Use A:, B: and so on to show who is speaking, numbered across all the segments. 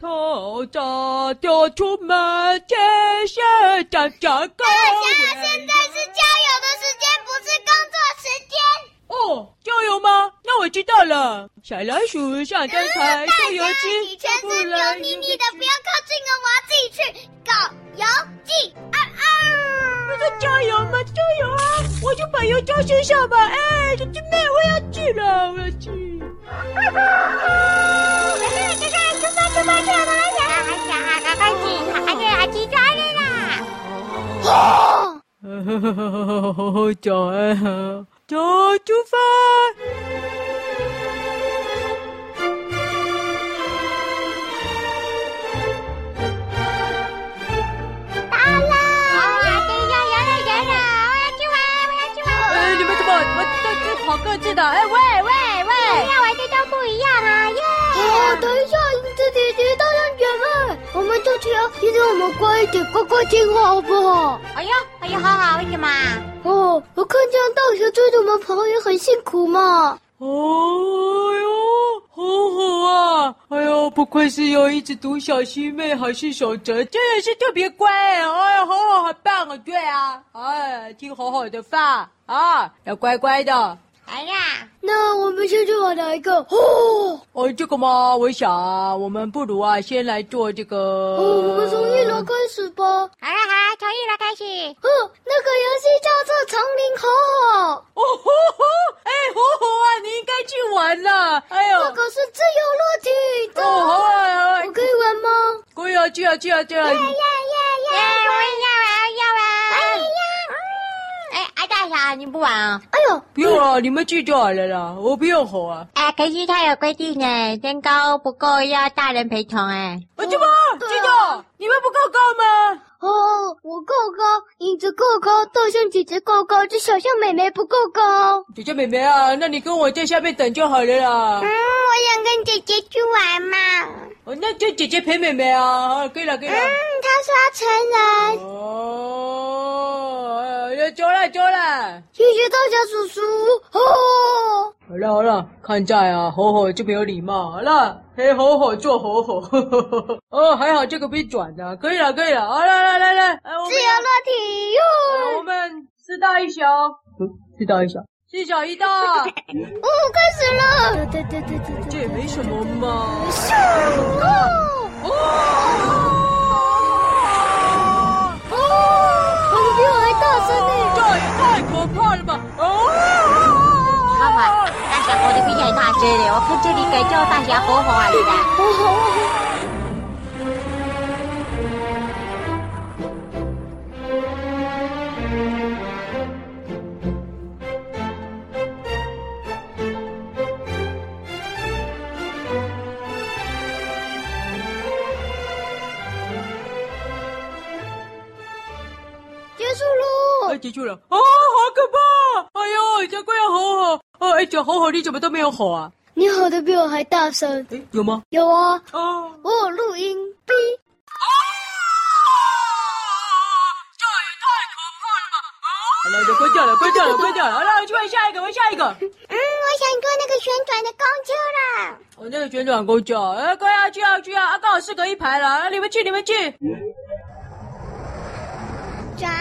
A: 头早就出门，前些长长高。
B: 想想现在是郊游的时间，不是工作时间。
A: 哦，郊游吗？那我知道了。小老鼠上灯台，
B: 大
A: 出游
B: 侠，你
A: 机
B: 全，
A: 不
B: 身
A: 来
B: 油腻腻的，不要靠近哦，我要自己去搞游记。啊啊！
A: 不是郊游吗？郊游啊！我就把油浇身上吧。哎，小鸡妹，我要去了，我要去。哦早安好，走，出发。
B: 到了！哇，这下游乐园了，我要去玩，我要去玩。
A: 哎，你们怎么怎么这这跑各自的？哎喂喂喂！
B: 要玩就都不一样啊，耶！
C: 哦，等一下，影子姐姐到上姐妹，我们这次要跟着我们乖一点，乖乖听话，好不好？
B: 哎呦，哎呦，好好，为什么？
C: 哦，我看这样大侠追着我们跑也很辛苦嘛。
A: 哦哟，好好啊！哎呦，不愧是有一只独小师妹，还是守则，真的是特别乖哎！哎呀，好好，好棒啊！对啊，哎，听好好的话啊，要乖乖的。
B: 哎呀，
C: 那我们先去玩哪一个？哦，
A: 哦，这个嘛，我想啊，我们不如啊，先来做这个。
C: 哦，我们从一楼开始吧。
B: 好了好，从一楼开始。
C: 哦，那个游戏叫做《丛林好好》，
A: 哦吼吼，哎吼吼啊，你应该去玩了。哎呦，
C: 那个是自由落体的。
A: 哦好啊好啊
C: 我，可以玩吗？
A: 可以啊，去啊去啊去啊。
B: 耶，我要玩，要玩。哎哎，大侠，你不玩啊？
C: 哎呦，
A: 不用了，你们去就好了啦，我不用吼啊。
B: 哎，可是他有规定呢，身高不够要大人陪同哎。
A: 我这不
C: 对啊
A: 知道，你们不够高吗？
C: 哦，我够高，影子够高，大象姐姐够高，这小象妹妹不够高。
A: 姐姐妹妹啊，那你跟我在下面等就好了啦。
B: 嗯，我想跟姐姐去玩嘛。嗯，
A: 哦，那就姐姐陪妹妹啊，啊可以了可以了。
B: 他说要成
C: 嗯
B: 人。
A: 哦，哎呀走了走了。
C: 谢谢大侠叔叔。哦，
A: 好了好了，看在啊，吼吼就没有礼貌。好了，陪吼吼做吼吼。 哦，还好这个被转的，可以了可以了。好了来来来，哎，我们
C: 自由落体哟！
A: 我们四大一小，嗯，四大一小，四小一大，
C: 哦，开始了。对对对对
A: 这也没什么嘛。
C: 哦，
A: 哦，
C: 我的比我还大声
A: 这
C: 呢。
A: 也太可怕了吧！哦，
B: 妈妈，大侠活的比你还大声嘞，我跟这里改叫大侠活活啊，你的。
C: 结束喽
A: 哎，。结束了。哦，好可怕！哎呦，这快要吼吼！哦，哎，小吼吼，你怎么都没有吼啊？
C: 你吼的比我还大声。
A: 哎，有吗？
C: 有啊，
A: 哦。
C: 我有录音。
B: 嗯
C: 哔。
A: 好了，就关掉了，关掉了，关掉了。好了，我去玩下一个，玩下一个。
B: 嗯，我想坐那个旋转的公车啦。
A: 我那个旋转工具，哎，快要去啊去啊！啊，刚好四个一排了，啊你们去，你们去。
B: 转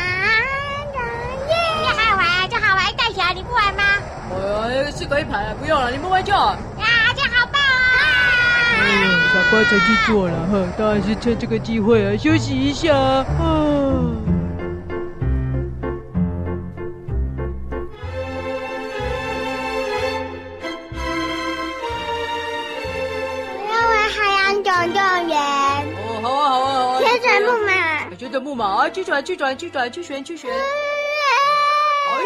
B: 转耶！这好玩，这好玩，大侠你不玩吗？
A: 哎，四个一排了，不用了，你们玩就好。
C: 啊
B: 呀，这好棒
A: 哎呦，
B: 啊！
A: 傻瓜才去做了，哼，当然是趁这个机会啊，休息一下啊。
B: 我要玩海洋总动员，
A: 哦，好啊，好啊，好啊。
B: 旋转木马。
A: 旋转木马啊，去转，去转，去转，去旋，去旋。哎，
B: 哎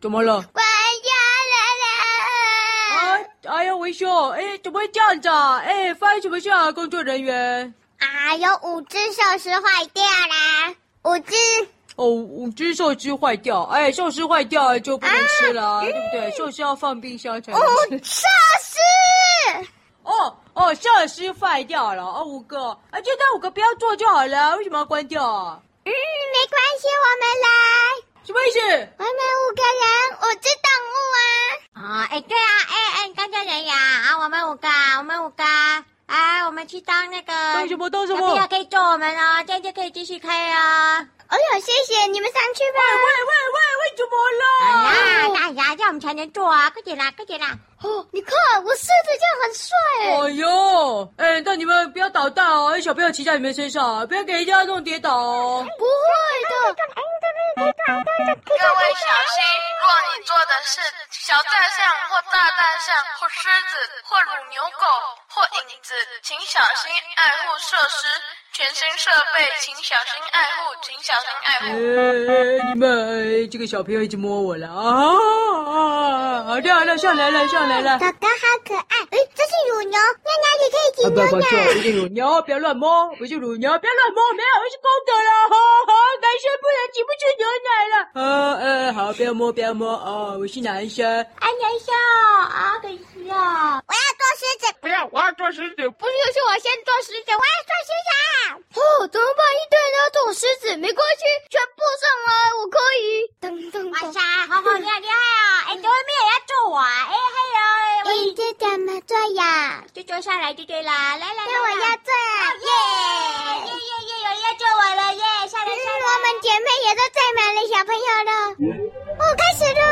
A: 怎么了？
B: 关家
A: 啊
B: 人了！，
A: 哎呀，维修，哎，怎么会这样子啊？哎，发生什么事啊，工作人员？
B: 啊，有五只寿司坏掉啦，五只。
A: 哦，五只寿司坏掉，哎，寿司坏掉就不能吃了啊，对不对？寿司要放冰箱才能吃。
B: 哎哦寿司，
A: 哦哦，寿司坏掉了，哦，五个，啊，就那五个不要做就好了，为什么要关掉啊？
B: 嗯，没关系，我们来。
A: 什么意思？
B: 我们五个人，五只动物啊。哦，哎，对啊，哎哎，刚才人呀，啊，我们五个，我们五个，啊，我们去当那个
A: 当什么当什
B: 小朋友
A: 么？哎
B: 可以做我们哦，这样就可以继续开哦。
C: 哎呦，谢谢你们上去吧。
A: 喂，怎么
B: 啊呀，大呀，这样我们才能做啊！快点啦，快点啦！
C: 哦，你看我试着这样很帅哎、
A: 哎呦，哎，但你们不要捣蛋哦，小朋友骑在你们身上，不要给人家弄跌倒哦。
C: 不会的，
D: 各位小心，若你做的是小战象或大战象或狮子或乳牛狗或影子，请小心爱护设施、全新设备，请小心爱护，
A: 哎，
D: 请小心爱护。
A: 哎你们、哎这个小朋友一直摸我了啊！好的好的，上来了上来了。
C: 狗狗好可爱。哎，这是乳牛，
A: 啊
C: 那
A: 不
C: 哪里可
A: 不
C: 以
A: 是，我是乳牛，不要乱摸，我是乳牛，不要乱摸，没有，我是公的了，好好，男生不能挤不出牛奶了。呃呃，好，不要摸，不要摸，哦，我是男生。
B: 安全笑，啊，可惜啊！
C: 我要做狮子，
E: 不要，我要做狮子。
C: 不是，是我先做狮子，我要做狮子。哦，怎么办？一堆人要做狮子，没关系，全部上来，我可以。噔噔
B: 哇塞，好好，你好厉害啊！哎，怎么没有人要做我啊？哎，还有，
C: 你这怎么做呀？
B: 我就坐下来就对啦。来来来，
C: 那我要做啊！
B: 耶耶耶耶，有人要做我了耶！下来
C: 嗯，
B: 下来，
C: 我们姐妹也都载满了小朋友了。哦，开始了。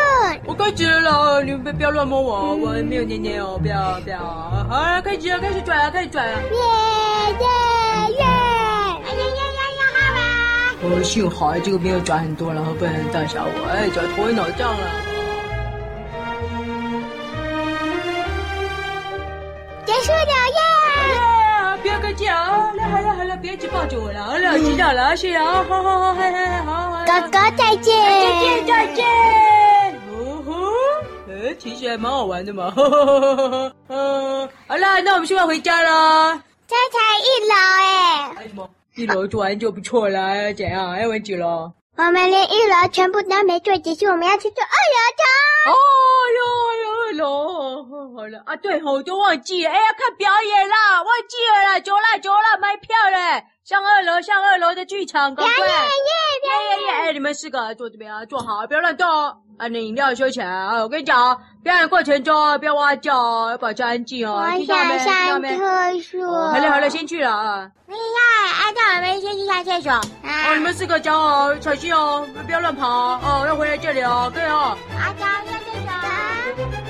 A: 我开始了，你们不要乱摸我，我没有捏捏哦，不要不要。好，开始了，开始转了，开始转了。
C: 耶耶耶！
B: 哎呀呀呀呀，哈啦！
A: 哦，幸好这个没有转很多，然后不然大小我，哎，转头晕脑胀了。
C: 结束了耶！
A: 啊不要客气啊！好了好了好了，不要一直抱着我了，好哎了，知道了，谢谢啊，好好好，嘿嘿嘿好好。
C: 狗狗再见，
A: 再见再见。哦吼，呃，其实还蛮好玩的嘛。嗯，好啦，那我们现在回家啦。
C: 这才一楼哎，
A: 还有什么？一楼做完就不错了，哎怎样？还有问题了？
C: 我们连一楼全部都没做结束，我们要去做二
A: 哦哟哟哟！好了啊，对，我都忘记了，哎，要看表演啦，忘记了啦，走啦走啦，买票嘞，上二楼上二楼的剧场，赶
C: 楼
A: 快！
C: 堂。耶
A: 耶耶
C: 耶
A: 耶！哎，你们四个坐这边啊，坐好，不要乱动哦。啊，那饮料收起来啊！我跟你讲啊，表演过程中啊不要哇叫哦，要保持安静哦，
C: 耶！我
A: 听到没？
C: 想
A: 听到
C: 上
A: 没？
C: 厕所。
A: 哦好了好了，先去了啊！
B: 厉害！哎，那我们先去上厕所。
A: 哦，
C: 啊
A: 你们四个讲好，小心哦，不要乱跑哦，哦要回来这里哦，对哦。
B: 阿娇上厕所。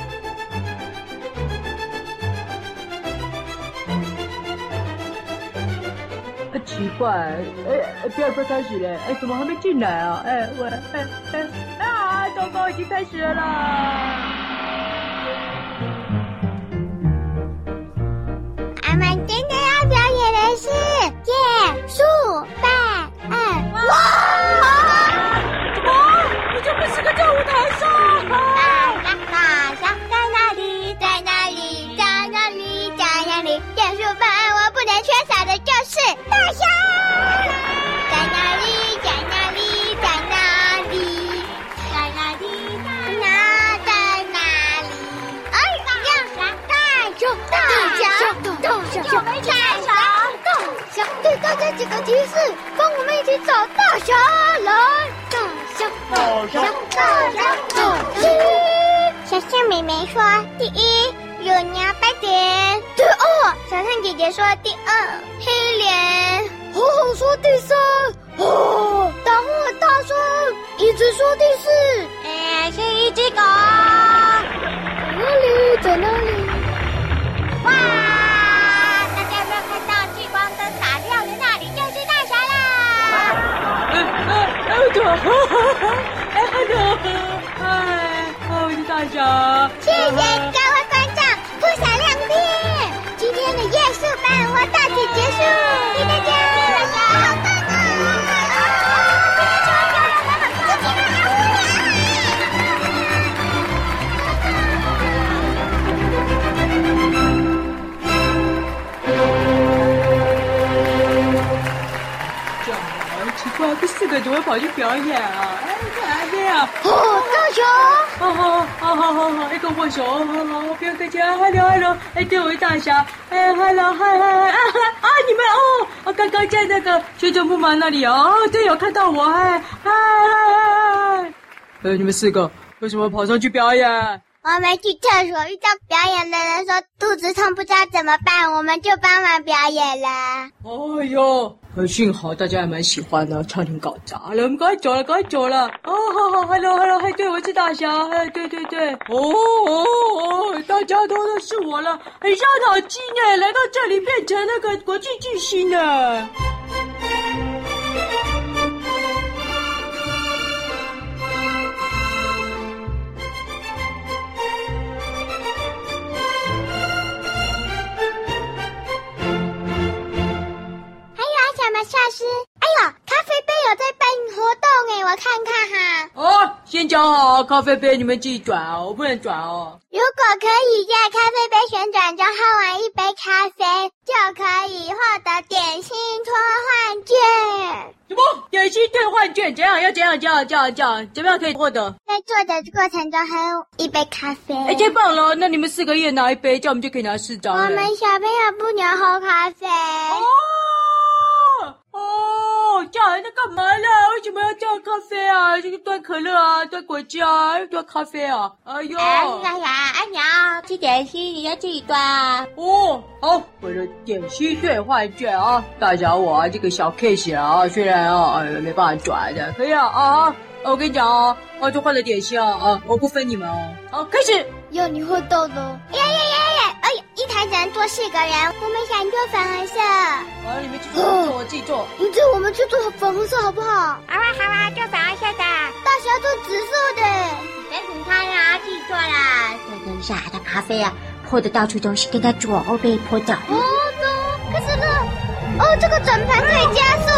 A: 啊，奇怪，哎，表演快开始了，哎，怎么还没进来啊？哎，我，哎哎，啊，糟糕，已经开始了啦！
C: 俺们今天要表演的是耶数拜二哇！
A: 我就不是个在舞台上。
C: 大大象在哪里？在哪里？在哪里？在哪里？电数班我不能缺少的就是大象。在哪里？在哪里？在哪里？在哪里？那在哪里？哎呀，大象，大象，大象，我们一起大象，大象，对大家几个提示，跟我们一起找大侠来，大象。
E: 好
C: 小象妹妹说：第一，乳牛斑点；第二，哦小象姐姐说：第二，黑脸；红红说：第三，哦，打呼很大声；一直说：第四，
B: 哎，是一只狗。
C: 在哪里？在哪里？
B: 哇！大家有没有看到聚光灯打亮的那里就是大侠啦？
A: 哎哎哎，我的，哎我的，哎，我的大侠，
C: 谢谢各位观众，不闪亮片。今天的夜市版活到此结束，谢谢大家。我好棒啊！
A: 奇怪，这四个怎么跑去表演啊？哎，干嘛这样？
C: 哦，大雄，
A: 好好好好好好，一个握手，好好，不要客气，hello hello，哎，对我大侠，哎，hello，嗨嗨嗨，啊你们哦，我刚刚在那个旋转木马那里哦，对，有看到我，哎，嗨嗨嗨，呃，你们四个为什么跑上去表演？
C: 我们去厕所遇到表演的人说肚子痛不知道怎么办，我们就帮忙表演了。
A: 哎呦，很幸好大家还蛮喜欢的，差点搞砸了。我们该走了，该走了。哦，好好，hello hello，嘿，对，我是大侠，嘿，对对对，哦哦哦，大家都认识我了，很伤脑筋呢，来到这里变成那个国际巨星呢。
C: 还有什么设施？哎呦，咖啡杯有在办活动哎，我看看哈。
A: 哦，先讲好，咖啡杯你们自己转哦，我不能转哦。
C: 如果可以在咖啡杯旋转中喝完一杯咖啡，就可以获得点心托换券。
A: 什么？点心兑换券怎样？要怎样？怎样？怎样？怎样？怎么样可以获得？
C: 在做的过程中喝一杯咖啡。
A: 哎，太棒了！那你们四个月拿一杯，这样我们就可以拿四张
C: 我
A: 了。
C: 们小朋友不能喝咖啡。
A: 哦哦，这还在干嘛呢？为什么要叫咖啡啊？这个端可乐啊，端果汁啊，又端咖啡啊！哎呦，
B: 大侠，
C: 啊
B: 阿娘吃点心，你要自己端啊。
A: 哦，好，我的点心兑换券啊，大小我啊，这个小 case 啊，虽然啊，哎没办法转的，可以啊啊，我跟你讲啊，我就换了点心啊啊，我不分你们哦。好，开始。
C: 有你会到的。耶耶耶耶！哎呦，一台只能坐四个人，我们想坐粉红色。
A: 啊，你们去做，我自己做。
C: 你这我们去坐粉红色好不好？
B: 好啊好啊，就粉红色的，
C: 大侠坐紫色的。
B: 别煮汤啦，自己做啦。这等一下，他咖啡啊泼的到处都是，应该左后背泼到。
C: 哦 no！可是呢，哦，这个转盘可以加速。